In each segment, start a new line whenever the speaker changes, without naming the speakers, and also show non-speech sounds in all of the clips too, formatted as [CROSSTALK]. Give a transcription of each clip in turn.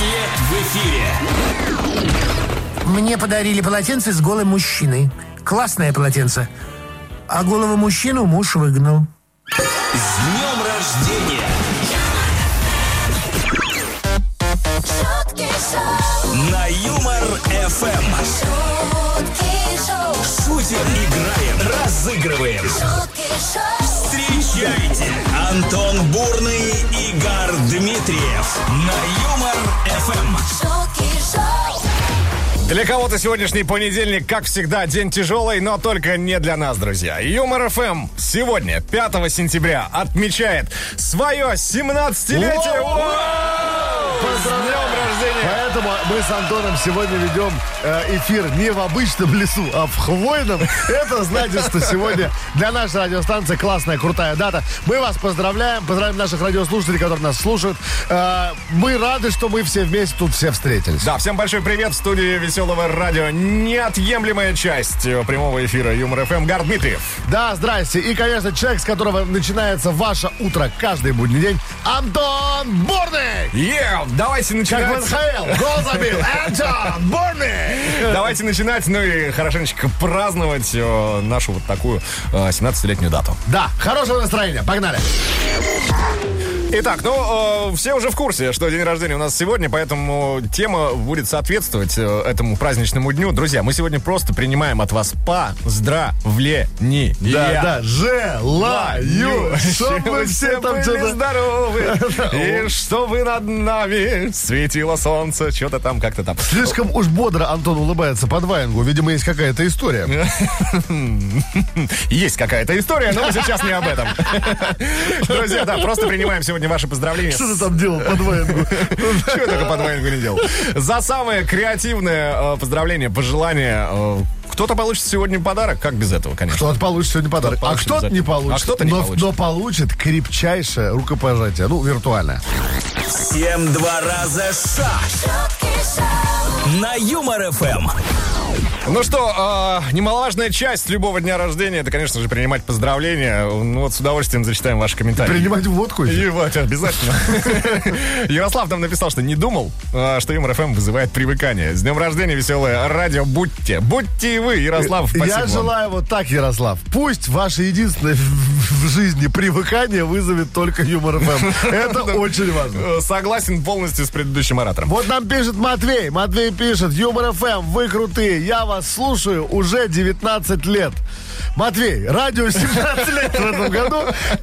лет в эфире.
Мне подарили полотенце с голым мужчиной. Классное полотенце. А голого мужчину муж выгнал.
С днем рождения!
Шутки шоу,
На Юмор ФМ.
шутки шоу,
Шутим, играем, разыгрываем.
шутки шоу,
Встречайте Антон Бурный, Игорь Дмитриев на Юмор ФМ.
шутки шоу,
Для кого-то сегодняшний понедельник, как всегда, день тяжелый, но только не для нас, друзья. Юмор ФМ сегодня, 5 сентября, отмечает свое 17-летие.
Ура!
Ура! С днем рождения!
Поэтому мы с Антоном сегодня ведем э, эфир не в обычном лесу, а в хвойном. Это значит, что сегодня для нашей радиостанции классная, крутая дата. Мы вас поздравляем, поздравляем наших радиослушателей, которые нас слушают. Э, мы рады, что мы все вместе тут все встретились.
Да, всем большой привет в студии Веселого Радио. Неотъемлемая часть э, прямого эфира Юмор ФМ. Гар Дмитриев.
Да, здрасте. И, конечно, человек, с которого начинается ваше утро каждый будний день, Антон Бурный!
Е, давайте
Как в
начинать.
НХЛ, гол забил, Антон Бурный!
Давайте начинать, ну и хорошенечко праздновать э, нашу вот такую э, 17-летнюю дату.
Да, хорошего настроения, погнали!
Итак, ну, э, все уже в курсе, что день рождения у нас сегодня, поэтому тема будет соответствовать э, этому праздничному дню. Друзья, мы сегодня просто принимаем от вас поздравления.
Да, да, желаю, чтобы
Чтобы
мы все там
были
что-то... [LAUGHS]
здоровы, и чтобы над нами светило солнце, что-то там как-то там.
Слишком уж бодро Антон улыбается под ваенгу. Видимо, есть какая-то история.
Есть какая-то история, но мы сейчас не об этом. [LAUGHS] Друзья, да, просто принимаем сегодня ваши поздравления.
Что ты там делал под ваенгу?
Чего я только под Ваенгу не делал? За самое креативное э, поздравление, пожелание. э, Кто-то получит сегодня подарок. Как без этого, конечно.
Кто-то получит сегодня подарок, а
Получит
кто-то не
обязательно.
получит.
А кто-то не
но,
получит.
но получит крепчайшее рукопожатие, ну, виртуальное.
Всем два раза ша
шутки шоу,
на Юмор ФМ.
Ну что, э, немаловажная часть любого дня рождения, это, конечно же, принимать поздравления. Ну вот с удовольствием зачитаем ваши комментарии.
Принимать водку еще.
И вот, обязательно. Ярослав нам написал, что не думал, э, что юмор ФМ вызывает привыкание. С днем рождения, веселое радио, будьте. Будьте и вы, Ярослав, спасибо
Я
вам.
желаю вот так, Ярослав. Пусть ваше единственное в жизни привыкание вызовет только юмор
[LAUGHS]
ФМ. Это очень важно.
Э, Согласен полностью с предыдущим оратором.
Вот нам пишет Матвей. Матвей пишет. Юмор ФМ, вы крутые. Я вас слушаю уже 19 лет. Матвей, радио 17 лет в этом году.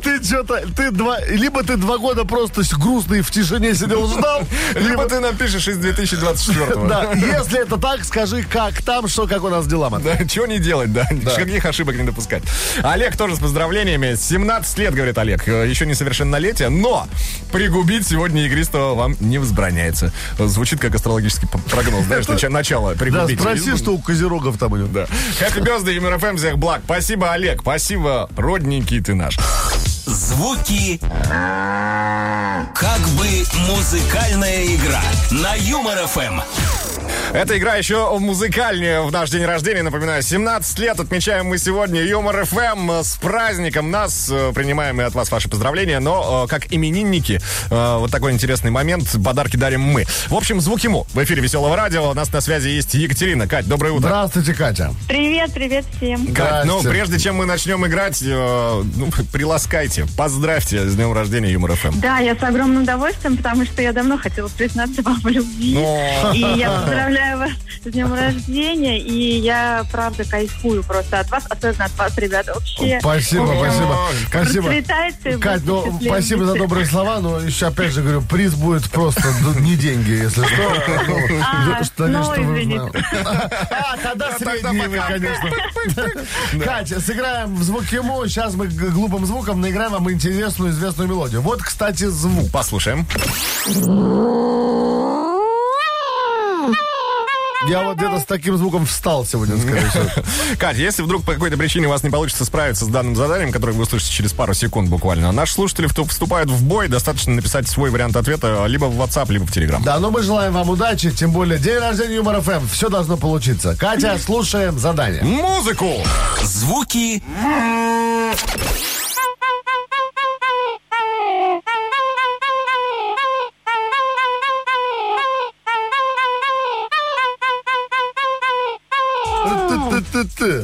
Ты что-то, ты два, либо ты два года просто с- грустный в тишине сидел ждал,
Либо ты напишешь из 2024 [LAUGHS]
Да, если это так, скажи, как там, что, как у нас дела, Матвей.
Да, чего не делать, да? Каких ошибок не допускать. Олег тоже с поздравлениями. 17 лет, говорит Олег. Э, Еще несовершеннолетие, но пригубить сегодня игристого вам не возбраняется. Э, Звучит как астрологический п- прогноз, знаешь, нача- начало
Да,
пригубить.
спроси, что у Козерогов там идет.
Да. Happy birthday, Юмор ФМ, всех благ. Спасибо, Олег. Спасибо, родненький ты наш.
Звуки. Как бы музыкальная игра на Юмор ФМ.
Эта игра еще музыкальнее в наш день рождения. Напоминаю, 17 лет отмечаем мы сегодня Юмор ФМ. С праздником нас э, принимаем и от вас ваши поздравления. Но э, как именинники, э, вот такой интересный момент, подарки дарим мы. В общем, звук ему. В эфире Веселого радио. У нас на связи есть Екатерина. Кать, доброе утро.
Здравствуйте, Катя.
Привет, привет всем.
Кать, ну,
здрасте.
прежде чем мы начнем играть, э, ну, [LAUGHS] приласкайте, поздравьте с днем рождения Юмор ФМ.
Да, я с огромным удовольствием, потому что я давно хотела признаться вам в
[LAUGHS]
любви.
Ну.
И я поздравляю вас с днем рождения. И я, правда, кайфую просто от вас, особенно от вас, ребята, вообще.
Спасибо,
Ой,
спасибо.
ой.
Спасибо.
Расцветайте,
Кать,
будьте
ну,
счастливы.
спасибо за добрые слова, но еще, опять же, говорю, приз будет просто ну, не деньги, если что. Ну,
А,
что не,
ну,
что вы
извините. [LAUGHS]
знали. А, тогда средний вы,
пока.
конечно. Катя, сыграем в звук ему, сейчас мы г- глупым звуком наиграем вам интересную, известную мелодию. Вот, кстати, звук.
Послушаем.
Я вот где-то с таким звуком встал сегодня, скорее всего.
[LAUGHS] Кать, если вдруг по какой-то причине у вас не получится справиться с данным заданием, которое вы услышите через пару секунд буквально, наши слушатели вту- вступают в бой, достаточно написать свой вариант ответа а, либо в WhatsApp, либо в Telegram.
Да, но мы желаем вам удачи, тем более день рождения Юмор ФМ. Все должно получиться. Катя, слушаем задание.
Музыку!
Звуки.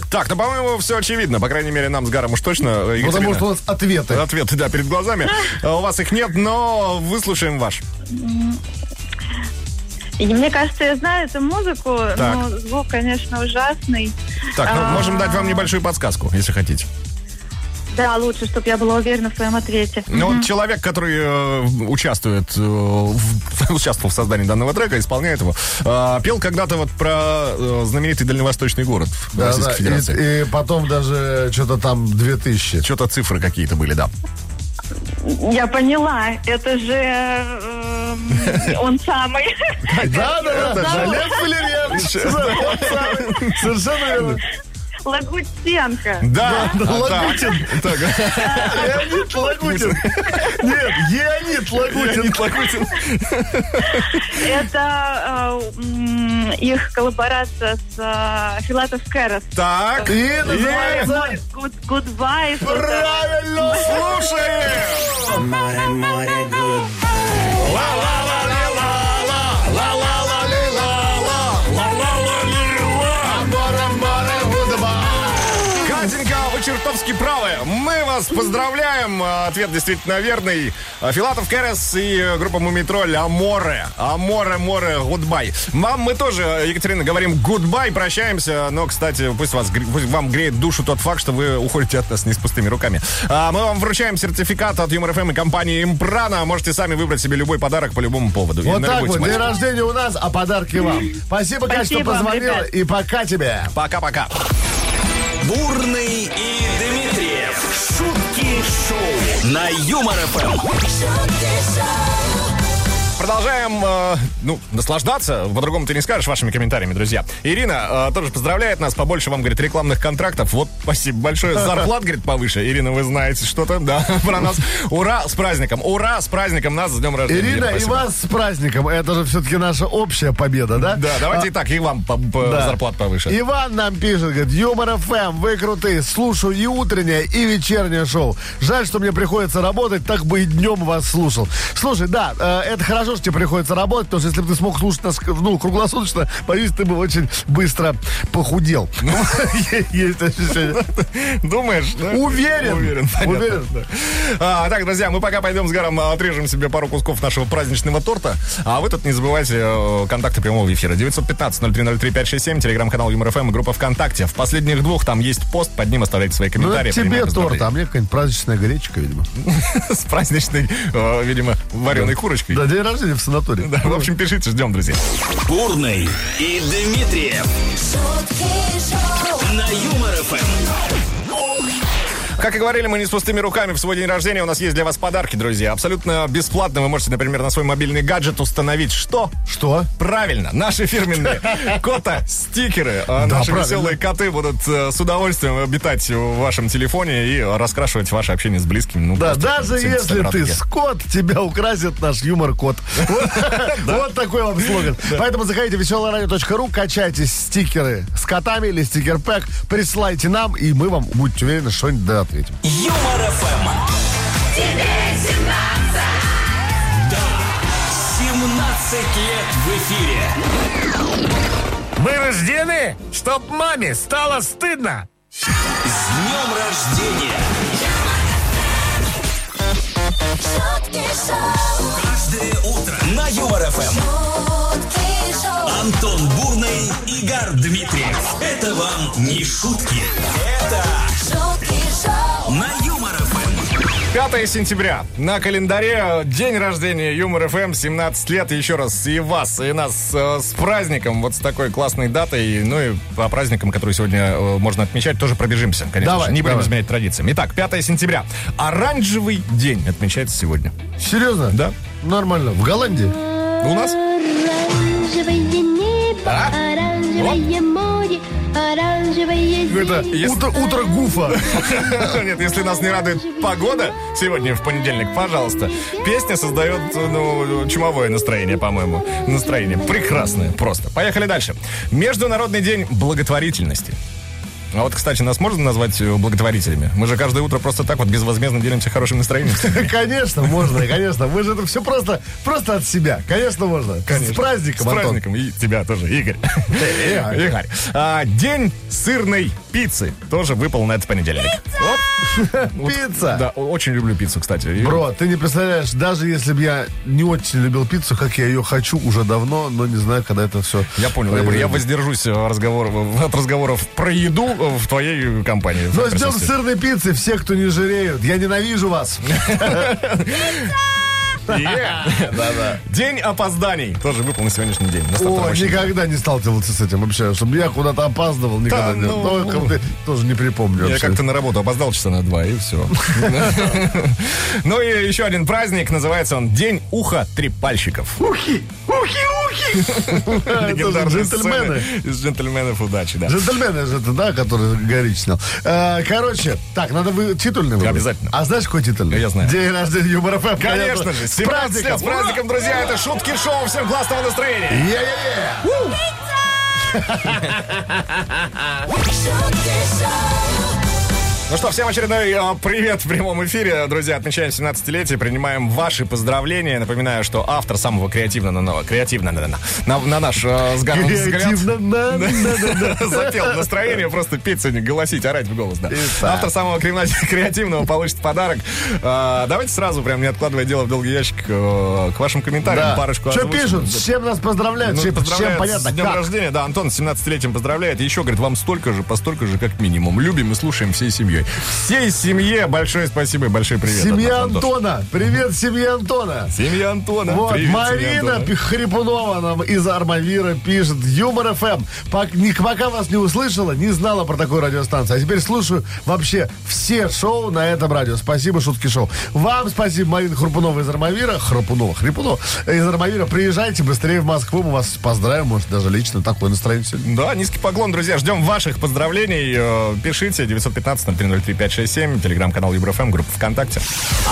Так, ну, по-моему, все очевидно. По крайней мере, нам с Гаром уж точно. э,
Потому
Екатерина,
что у нас ответы.
Ответы, да, перед глазами. А У вас их нет, но выслушаем ваш.
И мне кажется, я знаю эту музыку,
Так.
но звук, конечно, ужасный.
Так, ну,
А.
можем дать вам небольшую подсказку, если хотите.
Да, лучше, чтобы я была уверена в своем ответе.
Ну, вот человек, который э, участвует, э, в- [LAUGHS] участвовал в создании данного трека, исполняет его, э, пел когда-то вот про э, знаменитый дальневосточный город в
Да,
Российской
да,
Федерации.
И, и потом даже что-то там 2000.
Что-то цифры какие-то были, да.
Я поняла, это
[LAUGHS]
же эм, он самый. [LAUGHS]
Да, да, да.
Это же
Олег Валерьянович. Совершенно верно.
Лагутенко.
Да,
Да,
а, так.
Лагутин.
[LAUGHS] Так,
Леонид Лагутин. Нет, Леонид Лагутин.
Леонид Лагутин.
Это э, м, их коллаборация с э, Филатов Кэрос.
Так.
И
Ой,
называется...
ой, good- Goodbye. что-то.
Правильно!
Слушаем! Катенька, вы чертовски правы. Мы вас поздравляем. А, Ответ действительно верный. А, Филатов Керес и э, группа Мумитроль Аморе. Аморе, А море, гудбай. Вам мы тоже, э, Екатерина, говорим гудбай, прощаемся. Но, кстати, пусть, вас, гре- пусть вам греет душу тот факт, что вы уходите от нас не с пустыми руками. А, мы вам вручаем сертификат от Юмор ФМ и компании Импрана. Можете сами выбрать себе любой подарок по любому поводу. И
Вот
на
так
любой
вот, день
тематике.
рождения у нас, а подарки вам. Спасибо, Катя, что
Спасибо вам,
позвонила,
ребят.
и пока тебе.
Пока-пока.
Бурный и Дмитриев. Шутки шоу. На Юмор ФМ.
шутки шоу,
Продолжаем, э, ну, наслаждаться, по-другому ты не скажешь, вашими комментариями, друзья. Ирина э, тоже поздравляет нас, побольше вам, говорит, рекламных контрактов. Вот, спасибо большое. Зарплат, говорит, повыше. Ирина, вы знаете что-то, да, [LAUGHS] про нас. Ура, с праздником, ура, с праздником нас, с днем рождения.
Ирина, и
Спасибо.
вас с праздником. Это же все-таки наша общая победа, да?
Да, давайте и так, и вам по- по-
А, Да.
зарплат повыше.
Иван нам пишет, говорит, Юмор ФМ, вы крутые, слушаю и утреннее, и вечернее шоу. Жаль, что мне приходится работать, так бы и днем вас слушал. Слушай, да, э, это хорошо, что тебе приходится работать, потому что если бы ты смог слушать нас ну, круглосуточно, боюсь, ты бы очень быстро похудел. [LAUGHS] Есть ощущение.
[LAUGHS] Думаешь? да?
Уверен.
Уверен, понятно.
Уверен.
А, так, друзья, мы пока пойдем с Гаром а, отрежем себе пару кусков нашего праздничного торта. А вы тут не забывайте э, контакты прямого эфира. 915-0303-567, телеграм-канал ЮморФМ и группа ВКонтакте. В последних двух там есть пост, под ним оставляйте свои
Ну,
комментарии.
это тебе
принимаем
торт, а
поздравления.
мне какая-нибудь праздничная гречка, видимо.
[LAUGHS] С праздничной, э, видимо, вареной курочкой.
Да, день рождения в санатории.
Да, в общем, пишите, ждем, друзья.
Бурный и Дмитриев.
шутки шоу,
На Юмор ФМ.
Как и говорили, мы не с пустыми руками. В свой день рождения у нас есть для вас подарки, друзья. Абсолютно бесплатно вы можете, например, на свой мобильный гаджет установить что?
Что?
Правильно, наши фирменные
[LAUGHS]
кота стикеры. А
Да,
наши
правильно.
веселые коты будут э, с удовольствием обитать в вашем телефоне и раскрашивать ваше общение с близкими. Ну,
Да,
просто
даже
всеми
если ты
стократно.
скот, тебя украсит наш юмор-кот. Вот такой вам слоган. Поэтому заходите в веселорадио.ру, качайте стикеры с котами или стикер-пэк, присылайте нам, и мы вам, будьте уверены, что-нибудь да ответим.
Юмор ФМ. Тебе 17. 17 лет в эфире.
Мы рождены, чтоб маме стало стыдно.
С днем рождения.
шутки шоу,
Каждое утро на Юмор ФМ.
шутки шоу,
Антон Бурный, Игорь Дмитриев. Это вам не шутки. Это
шутки шоу,
на Юмор ФМ.
5 сентября. На календаре день рождения Юмор ФМ, 17 лет. И Еще раз и вас, и нас э, с праздником, вот с такой классной датой. Ну и по праздникам, которые сегодня э, можно отмечать, тоже пробежимся, конечно
Давай,
же. Не будем
давай.
изменять традициям. Итак, 5 сентября. Оранжевый день отмечается сегодня.
Серьезно?
Да.
Нормально. В Голландии?
У нас?
Оранжевое небо,
А?
оранжевое море, оранжевое
Это
зелень.
если-
Утро, утро гуфа.
[LAUGHS] Нет, если нас не радует погода сегодня, в понедельник, пожалуйста. Песня создает, ну, чумовое настроение, по-моему. Настроение прекрасное просто. Поехали дальше. Международный день благотворительности. А вот, кстати, нас можно назвать э, благотворителями? Мы же каждое утро просто так вот безвозмездно делимся хорошим
[LAUGHS]
настроением.
Конечно, можно, конечно. Мы же это все просто, просто от себя. Конечно, можно. С праздником,
С
Антон.
праздником. [LAUGHS] И тебя тоже, Игорь.
Э, э,
Игорь. А, День сырной пиццы тоже выпал на этот понедельник.
Пицца.
Да, о- очень люблю пиццу, кстати. И-
Бро, ты не представляешь, даже если бы я не очень любил пиццу, как я ее хочу уже давно, но не знаю, когда это все.
Я понял, я, понял. Я воздержусь э, разговор, в- от разговоров про еду э, в твоей компании. в
Но
твоем
ждем
присутствии.
Ну, сырной пиццы, все, кто не жиреют. Я ненавижу
[LAUGHS]
вас.
Yeah. День опозданий тоже выпал на сегодняшний день. на стартовом
О,
очень.
никогда не сталкивался с этим вообще. Чтобы я куда-то опаздывал, никогда не.
ну.
Ну, как бы, Тоже не припомню
Я
вообще.
как-то на работу опоздал часа на два, и все. [LAUGHS] Ну и еще один праздник, называется он День уха трепальщиков.
Ухи! Ухи, ухи! [LAUGHS] Ну, Это же
Легендарные
джентльмены.
сцены Из джентльменов удачи, да.
Джентльмены же это, да, который Горич снял. Э, Короче, так, надо вы титульный выбрать.
Обязательно.
А знаешь, какой титульный?
Я знаю.
День рождения Юмор ФМ.
Конечно же,
С
17 лет, с
праздником.
праздником, друзья, это Шутки Шоу, всем классного настроения.
Е-е-е!
шутки шоу,
Ну что, всем очередной э, привет в прямом эфире. Друзья, отмечаем 17-летие, принимаем ваши поздравления. Напоминаю, что автор самого креативного, на, креативно, на, на, на, на наш э, с Гаром взгляд. [LAUGHS]
Креативно, на- на- на- на.
Запел настроение, просто петь сегодня, голосить, орать в голос, да.
да.
Автор самого кремна- [LAUGHS] креативного получит подарок. А, Давайте сразу, прям не откладывая дело в долгий ящик, э, к вашим комментариям
Да.
парочку
Что
озвучим.
пишут? С чем нас поздравляют?
Ну,
Чем
поздравляют
чем понятно?
с днем
Как?
рождения. Да, Антон с 17-летием поздравляет. И еще, говорит, вам столько же, по столько же, как минимум. Любим и слушаем всей семьей. Всей семье большое спасибо и большой привет. от
Семья
нас, Антош.
Антона. Привет, семья Антона.
Семья Антона.
Вот,
Привет, семья
Марина
Антона.
Пи- Хрипунова нам из Армавира пишет. Юмор ФМ. Пок- ни- Пока вас не услышала, не знала про такую радиостанцию. А теперь слушаю вообще все шоу на этом радио. Спасибо, шутки шоу. Вам спасибо, Марина Хрипунова из Армавира. Храпунова, Хрипунова из Армавира. Приезжайте быстрее в Москву. Мы вас поздравим. Может, даже лично такое настроение сегодня.
Да, низкий поклон, друзья. Ждем ваших поздравлений. Э, Пишите 915-0303-567, телеграм-канал Юброфм, группа ВКонтакте.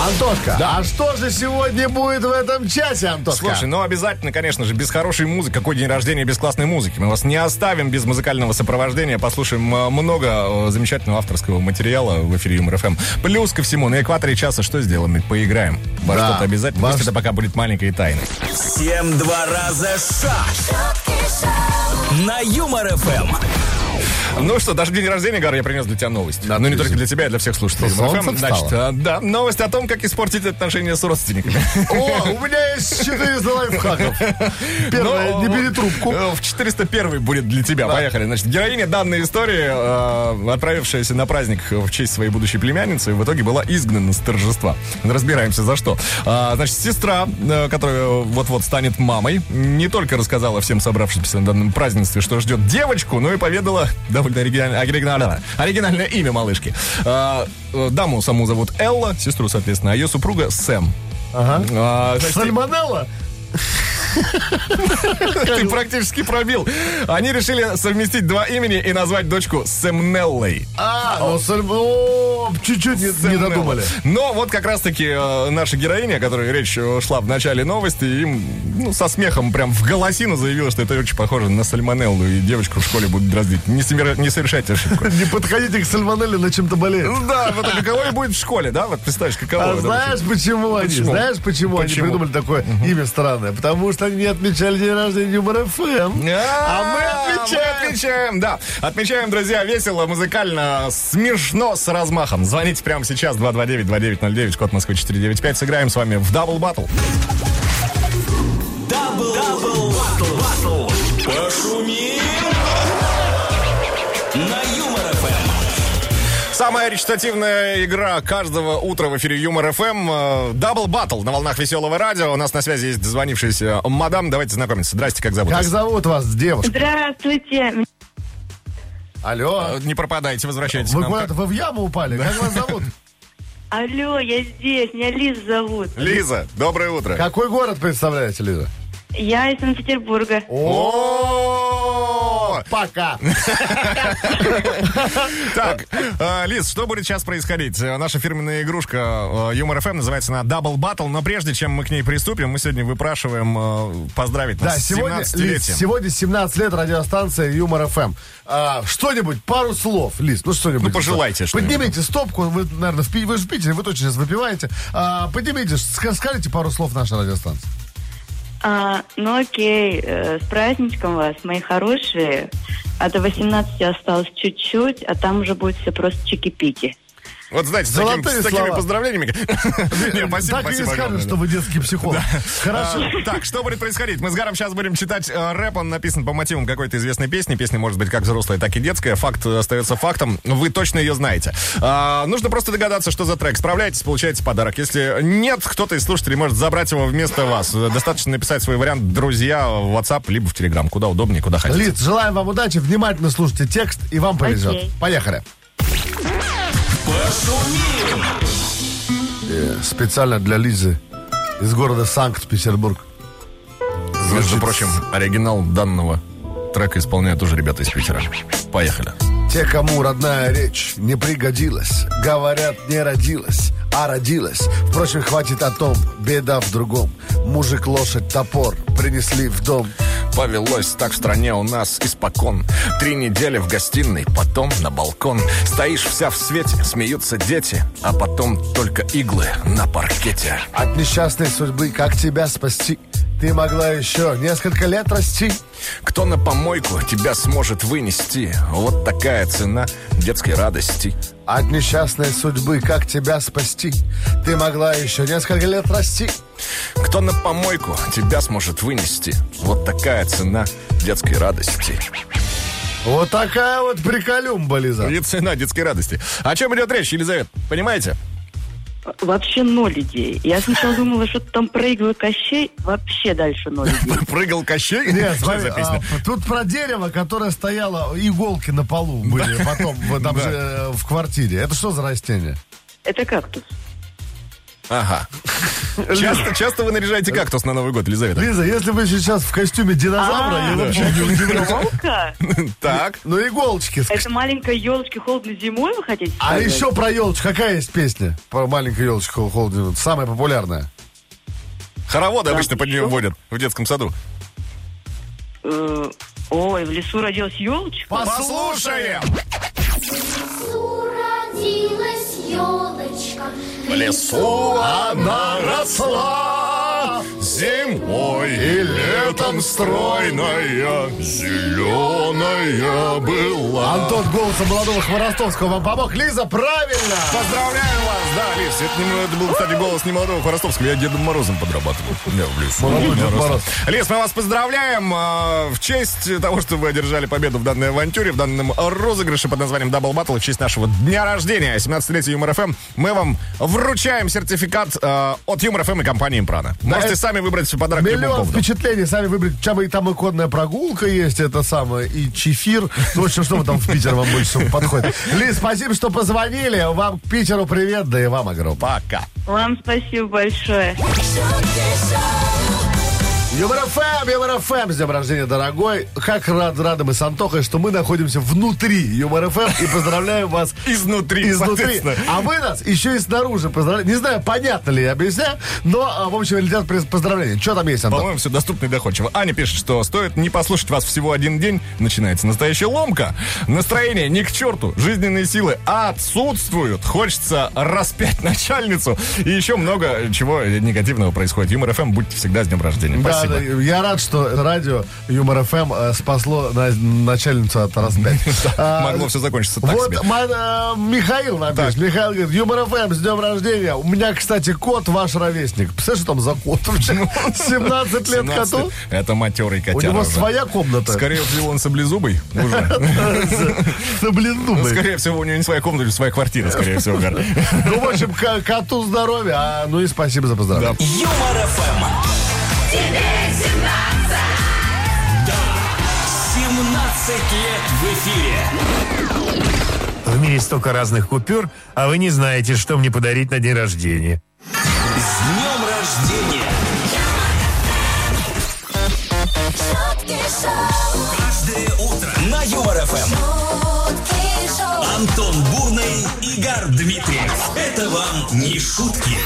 Антошка, а что же сегодня будет в этом часе, Антошка?
Слушай, ну обязательно, конечно же, без хорошей музыки. Какой день рождения без классной музыки? Мы вас не оставим без музыкального сопровождения. Послушаем э, много э, замечательного авторского материала в эфире Юмор ФМ. Плюс ко всему, на экваторе часа что сделаем? Мы Поиграем. Во
Да.
что-то обязательно.
Во
Пусть
что-
это пока будет маленькой тайной.
Всем два раза шаг
шутки шоу,
на Юмор ФМ.
Ну что, даже день рождения, Гар, я принес для тебя новость.
Да,
ну не
ты-
только для тебя, а для всех слушателей.
Что,
Юмор
солнце
FM. Значит,
встало?
а, да, новость о том, как испортить отношения с родственниками.
О, у меня есть 400 лайфхаков.
[LAUGHS]
Первое,
Ну,
не бери трубку.
э, В 401 будет для тебя. Поехали. Значит, героиня данной истории, э, отправившаяся на праздник в честь своей будущей племянницы, в итоге была изгнана с торжества. Разбираемся, за что. А, Значит, сестра, э, которая вот-вот станет мамой, не только рассказала всем собравшимся на данном празднестве, что ждет девочку, но и поведала довольно оригинально- оригинально- оригинальное имя малышки. А, э, Даму саму зовут Элла, сестру, соответственно, а ее супруга Сэм. А, значит,
Сальмонелла?
Ты практически пробил. Они решили совместить два имени и назвать дочку Сэмнеллой.
А, ну, саль- о, чуть-чуть не, не
Сэмнелла.
додумали.
Но вот как раз-таки э, наша героиня, о которой речь э, шла в начале новости, им ну, со смехом прям в голосину заявила, что это очень похоже на Сальмонеллу, и девочку в школе будут дразнить. Не, смер- не совершайте ошибку.
[LAUGHS] Не подходите к Сальмонелле, на чем-то болеет.
Ну Да, вот а каково и будет в школе, да? Вот представишь, каково.
А
это
знаешь,
вообще?
почему они?
Почему?
Знаешь, почему,
Почему?
они придумали такое имя странное? Потому что они не отмечали день рождения Юмор ФМ. А мы
Мы
отмечаем.
отмечаем, да. Отмечаем, друзья, весело, музыкально, смешно, с размахом. Звоните прямо сейчас 229-2909, код Москвы 495. Сыграем с вами в дабл баттл.
Дабл, дабл, батл, батл. Пошуми на Юмор ФМ.
Самая речитативная игра каждого утра в эфире Юмор ФМ. Дабл баттл на волнах веселого радио. У нас на связи есть дозвонившаяся мадам. Давайте знакомиться. Здрасте, как зовут?
Как
вас?
зовут вас, девушка?
Здравствуйте.
Алло.
Э, Не пропадайте, возвращайтесь
Вы
к нам.
куда-то вы в яму упали? Как
[LAUGHS]
вас зовут?
Алло, я здесь. Меня Лиз зовут.
Лиза, доброе утро.
Какой город представляете, Лиза?
Я из Санкт-Петербурга.
О!
Пока.
Так, э, Лиз, что будет сейчас происходить? Э, Наша фирменная игрушка э, Юмор ФМ называется она Double Battle, но прежде чем мы к ней приступим, мы сегодня выпрашиваем э, поздравить нас
Да,
с
сегодня,
17-летием.
Лиз, сегодня 17 лет радиостанция Юмор ФМ. А, что-нибудь, пару слов, Лиз, ну что-нибудь.
Ну, пожелайте что-нибудь.
Поднимите стопку, вы, наверное, в, Пи- вы же в Питере, вы точно сейчас выпиваете. А, поднимите, ска- скажите пару слов нашей радиостанции.
А, ну окей, э, с праздничком вас, мои хорошие. А до 18 осталось чуть-чуть, а там уже будет все просто чики-пики.
Вот знаете, с, таким-
Золотые
с такими
слова.
поздравлениями. [LAUGHS] Не, Спасибо,
так и не
спасибо
скажешь,
огромное.
что вы детский психолог. Хорошо.
А, Так, что будет происходить? Мы с Гаром сейчас будем читать э, рэп. Он написан по мотивам какой-то известной песни. Песня может быть как взрослая, так и детская. Факт остается фактом. Вы точно ее знаете. А, Нужно просто догадаться, что за трек. Справляйтесь, получаете подарок. Если нет, кто-то из слушателей может забрать его вместо вас. Достаточно написать свой вариант «Друзья» в WhatsApp, либо в Telegram. Куда удобнее, куда хотите.
Лид, желаем вам удачи, внимательно слушайте текст, и вам повезет.
Окей.
Поехали. Э, Специально для Лизы из города Санкт-Петербург.
Между
Звучит
прочим, оригинал данного трека исполняют уже ребята из Питера. Поехали.
Те, кому родная речь не пригодилась, говорят, не родилась, а родилась. Впрочем, хватит о том, беда в другом. Мужик, лошадь, топор принесли в дом.
Повелось так в стране у нас испокон Три недели в гостиной, потом на балкон Стоишь вся в свете, смеются дети А потом только иглы на паркете
От несчастной судьбы, как тебя спасти? Ты могла еще несколько лет расти.
Кто на помойку тебя сможет вынести Вот такая цена детской радости
От несчастной судьбы, как тебя спасти? Ты могла еще несколько лет расти.
Кто на помойку тебя сможет вынести Вот такая цена детской радости
Вот такая вот приколюмба, Лиза.
И цена детской радости О чем идет речь, Елизавет? Понимаете? [LAUGHS]
Вообще ноль идей. Я сначала думала, что там про иглы Кощей. Вообще дальше ноль идей.
Прыгал Кощей?
Нет,
Что
смотри,
за песня?
а, тут про дерево, которое стояло, иголки на полу были потом, вот там
Да.
же э, в квартире. Это что за растение?
Это кактус.
Ага. Часто, часто вы наряжаете кактус на Новый год,
[LAUGHS]
Елизавета?
Лиза, если вы сейчас в костюме динозавра, я
А,
вообще не удивлюсь.
Елка?
Так.
Ну, иголочки.
Это маленькая елочка холодно зимой, вы хотите
А
сказать?
еще про елочку. Какая есть песня? Про маленькую елочку холдинг. Самая популярная.
Хороводы обычно
ты
под нее
что?
водят в детском саду.
Э, Ой, в лесу родилась елочка.
Послушаем!
Уродилась елочка.
В лесу она росла зимой и летом стройная, зеленая была.
Антон голосом молодого Хворостовского вам помог. Лиза, правильно!
Поздравляю вас, да, Лис. Это, не- это был, кстати, голос не молодого Хворостовского. Я Дедом Морозом подрабатывал. Я в лесу.
Молодой Дед Мороз.
Лис, мы вас поздравляем а, в честь того, что вы одержали победу в данной авантюре, в данном розыгрыше под названием Double Battle в честь нашего дня рождения, 17-летия Юмор ФМ. Мы вам вручаем сертификат а, от Юмор ФМ и компании Импрана. Можете
это-
сами выбрать подарок по любому
Миллион
поводу.
впечатлений, сами выбрали. Там и, там и конная прогулка есть, это самое, и чефир. Ну, в общем, что вы там в Питер вам больше всего подходит. Лиз, спасибо, что позвонили. Вам к Питеру привет, да и вам огромное.
Пока.
Вам спасибо большое.
шутки шоу,
ЮморФМ, ЮморФМ, с днем рождения, дорогой. Как рад, рады мы с Антохой, что мы находимся внутри ЮморФМ и поздравляем вас
Изнутри,
изнутри.
соответственно.
А вы нас еще и снаружи поздравляете. Не знаю, понятно ли я объясняю, но, а, в общем, летят приз- поздравления. Что там есть, Антон?
По-моему, все доступно и доходчиво. Аня пишет, что стоит не послушать вас всего один день, начинается настоящая ломка. Настроение не к черту, жизненные силы отсутствуют. Хочется распять [LAUGHS] начальницу. И еще много чего негативного происходит. Юмор ФМ, будьте всегда с днем рождения.
Да,
Спасибо.
да, я рад, что радио Юмор ФМ э, спасло на- начальницу
[LAUGHS]
от распять.
Да,
А,
Могло все закончиться так
Вот
себе.
ма- э, Михаил нам пишет. Михаил говорит, Юмор ФМ, с днем рождения. У меня, кстати, кот ваш ровесник. Представляешь, что там за кот вообще?
Ну,
17 лет
17
коту?
Это матерый котяра
У него
уже.
своя комната. [LAUGHS]
Скорее всего, он саблезубый уже.
Да, блин,
Ну,
думай.
Скорее всего, у него не своя комната, своя квартира, скорее всего, Гар.
Ну, в общем, к- коту здоровья. А, Ну и спасибо за поздравление.
Юмор ФМ.
тебе семнадцать,
17 лет в эфире.
В мире столько разных купюр, а вы не знаете, что мне подарить на день рождения.
С днем рождения!
шутки шоу,
Каждое утро на Юмор ФМ.
шутки шоу,
Антон Бурный, Игорь Дмитриев. Это вам не шутки.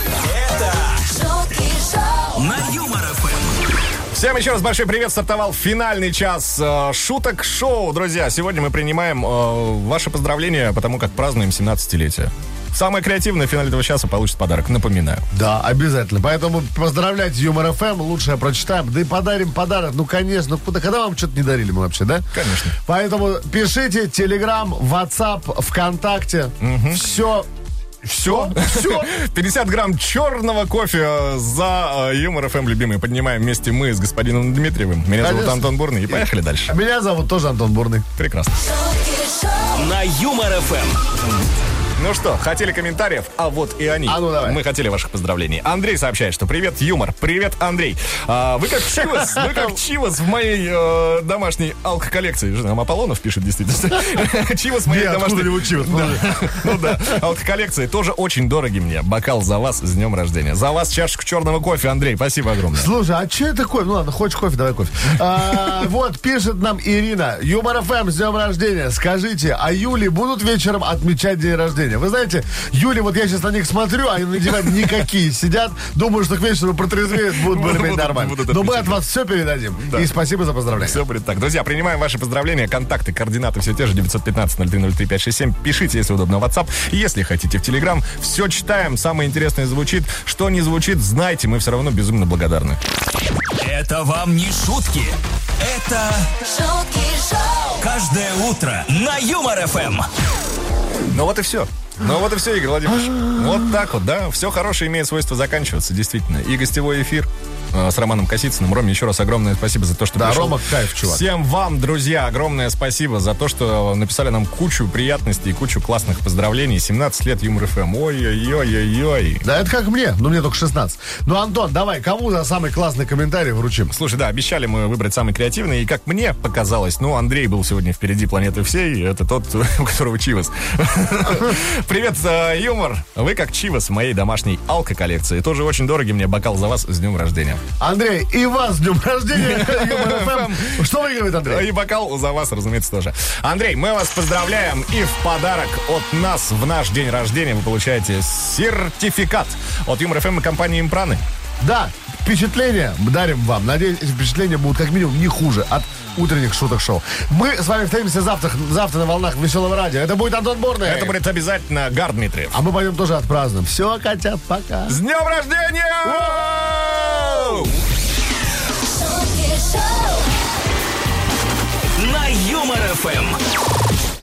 Это
шутки шоу,
на Юмор ФМ.
Всем еще раз большой привет. Стартовал финальный час э, шуток шоу, друзья. Сегодня мы принимаем э, ваши поздравления, потому как празднуем 17-летие. Самая креативная в финале этого часа получит подарок, напоминаю.
Да, обязательно. Поэтому поздравляйте Юмор ФМ, лучшее прочитаем. Да и подарим подарок. Ну, конечно. Куда, когда вам что-то не дарили мы вообще, да?
Конечно.
Поэтому пишите Телеграм, WhatsApp, ВКонтакте. Все.
Все.
Все.
50 грамм черного кофе за э, Юмор ФМ, любимые. Поднимаем вместе мы с господином Дмитриевым. Меня зовут
Конечно.
Антон Бурный. И поехали дальше.
Меня зовут тоже Антон Бурный.
Прекрасно.
шутки шоу,
На Юмор ФМ.
Ну что, хотели комментариев, а вот и они.
А ну давай.
Мы хотели ваших поздравлений. Андрей сообщает, что привет, юмор. Привет, Андрей. А, вы как Чивас, вы
[LAUGHS]
как Чивас в моей э, домашней алкоколлекции. Жена нам Аполлонов пишет, действительно. [LAUGHS] Чивас в моей
Не, откуда у него
домашней...
чивас?
[LAUGHS] Ну да, алкоколлекции тоже очень дороги мне. Бокал за вас с днем рождения. За вас чашечку черного кофе, Андрей. Спасибо огромное.
Слушай, а че это кофе? Ну ладно, хочешь кофе, давай кофе. А, [LAUGHS] вот, пишет нам Ирина. Юмор ФМ, с днем рождения. Скажите, а Юли будут вечером отмечать день рождения? Вы знаете, Юли, вот я сейчас на них смотрю, они на тебя никакие сидят. Думаю, что к вечеру протрезвеют, будут более-менее
Будут-
нормально.
будут
Но мы
отмечать,
от вас все передадим.
Да.
И спасибо за поздравление.
Все будет так. Друзья, принимаем ваши поздравления. Контакты, координаты все те же. 915-0303-567. Пишите, если удобно, в WhatsApp. Если хотите, в Telegram. Все читаем. Самое интересное звучит. Что не звучит, знайте. Мы все равно безумно благодарны.
Это вам не шутки. Это
шутки шоу,
каждое утро на Юмор ФМ.
Ну вот и все. Ну вот и все, Игорь Владимирович. Вот так вот, да. Все хорошее имеет свойство заканчиваться, действительно. И гостевой эфир э, с Романом Косицыным. Роме, еще раз огромное спасибо за то, что
Да,
пришел.
Рома кайф, чувак.
Всем вам, друзья, огромное спасибо за то, что написали нам кучу приятностей, кучу классных поздравлений. 17 лет Юмор ФМ. Ой-ой-ой-ой-ой.
Да это как мне, ну мне только 16. Ну, Антон, давай, кому за самый классный комментарий вручим?
Слушай, да, обещали мы выбрать самый креативный, и как мне показалось, ну, Андрей был сегодня впереди планеты всей, и это тот, [LAUGHS] у которого Чивас. [LAUGHS] Привет, э, юмор! Вы как Чивас в моей домашней алкоколлекции. Тоже очень дороги мне бокал за вас с днем рождения.
Андрей, и вас с днем рождения, [LAUGHS] Юмор ФМ. Что выигрывает Андрей?
И бокал за вас, разумеется, тоже. Андрей, мы вас поздравляем, и в подарок от нас в наш день рождения вы получаете сертификат от Юмор ФМ и компании Импраны.
Да, впечатления мы дарим вам. Надеюсь, эти впечатления будут как минимум не хуже от утренних шуток шоу. Мы с вами встретимся завтра, завтра на волнах веселого радио. Это будет Антон Борный.
Это будет обязательно Гар Дмитриев.
А мы пойдем тоже отпразднуем. Все, котят, пока.
С днем рождения!
шутки шоу.
На Юмор ФМ.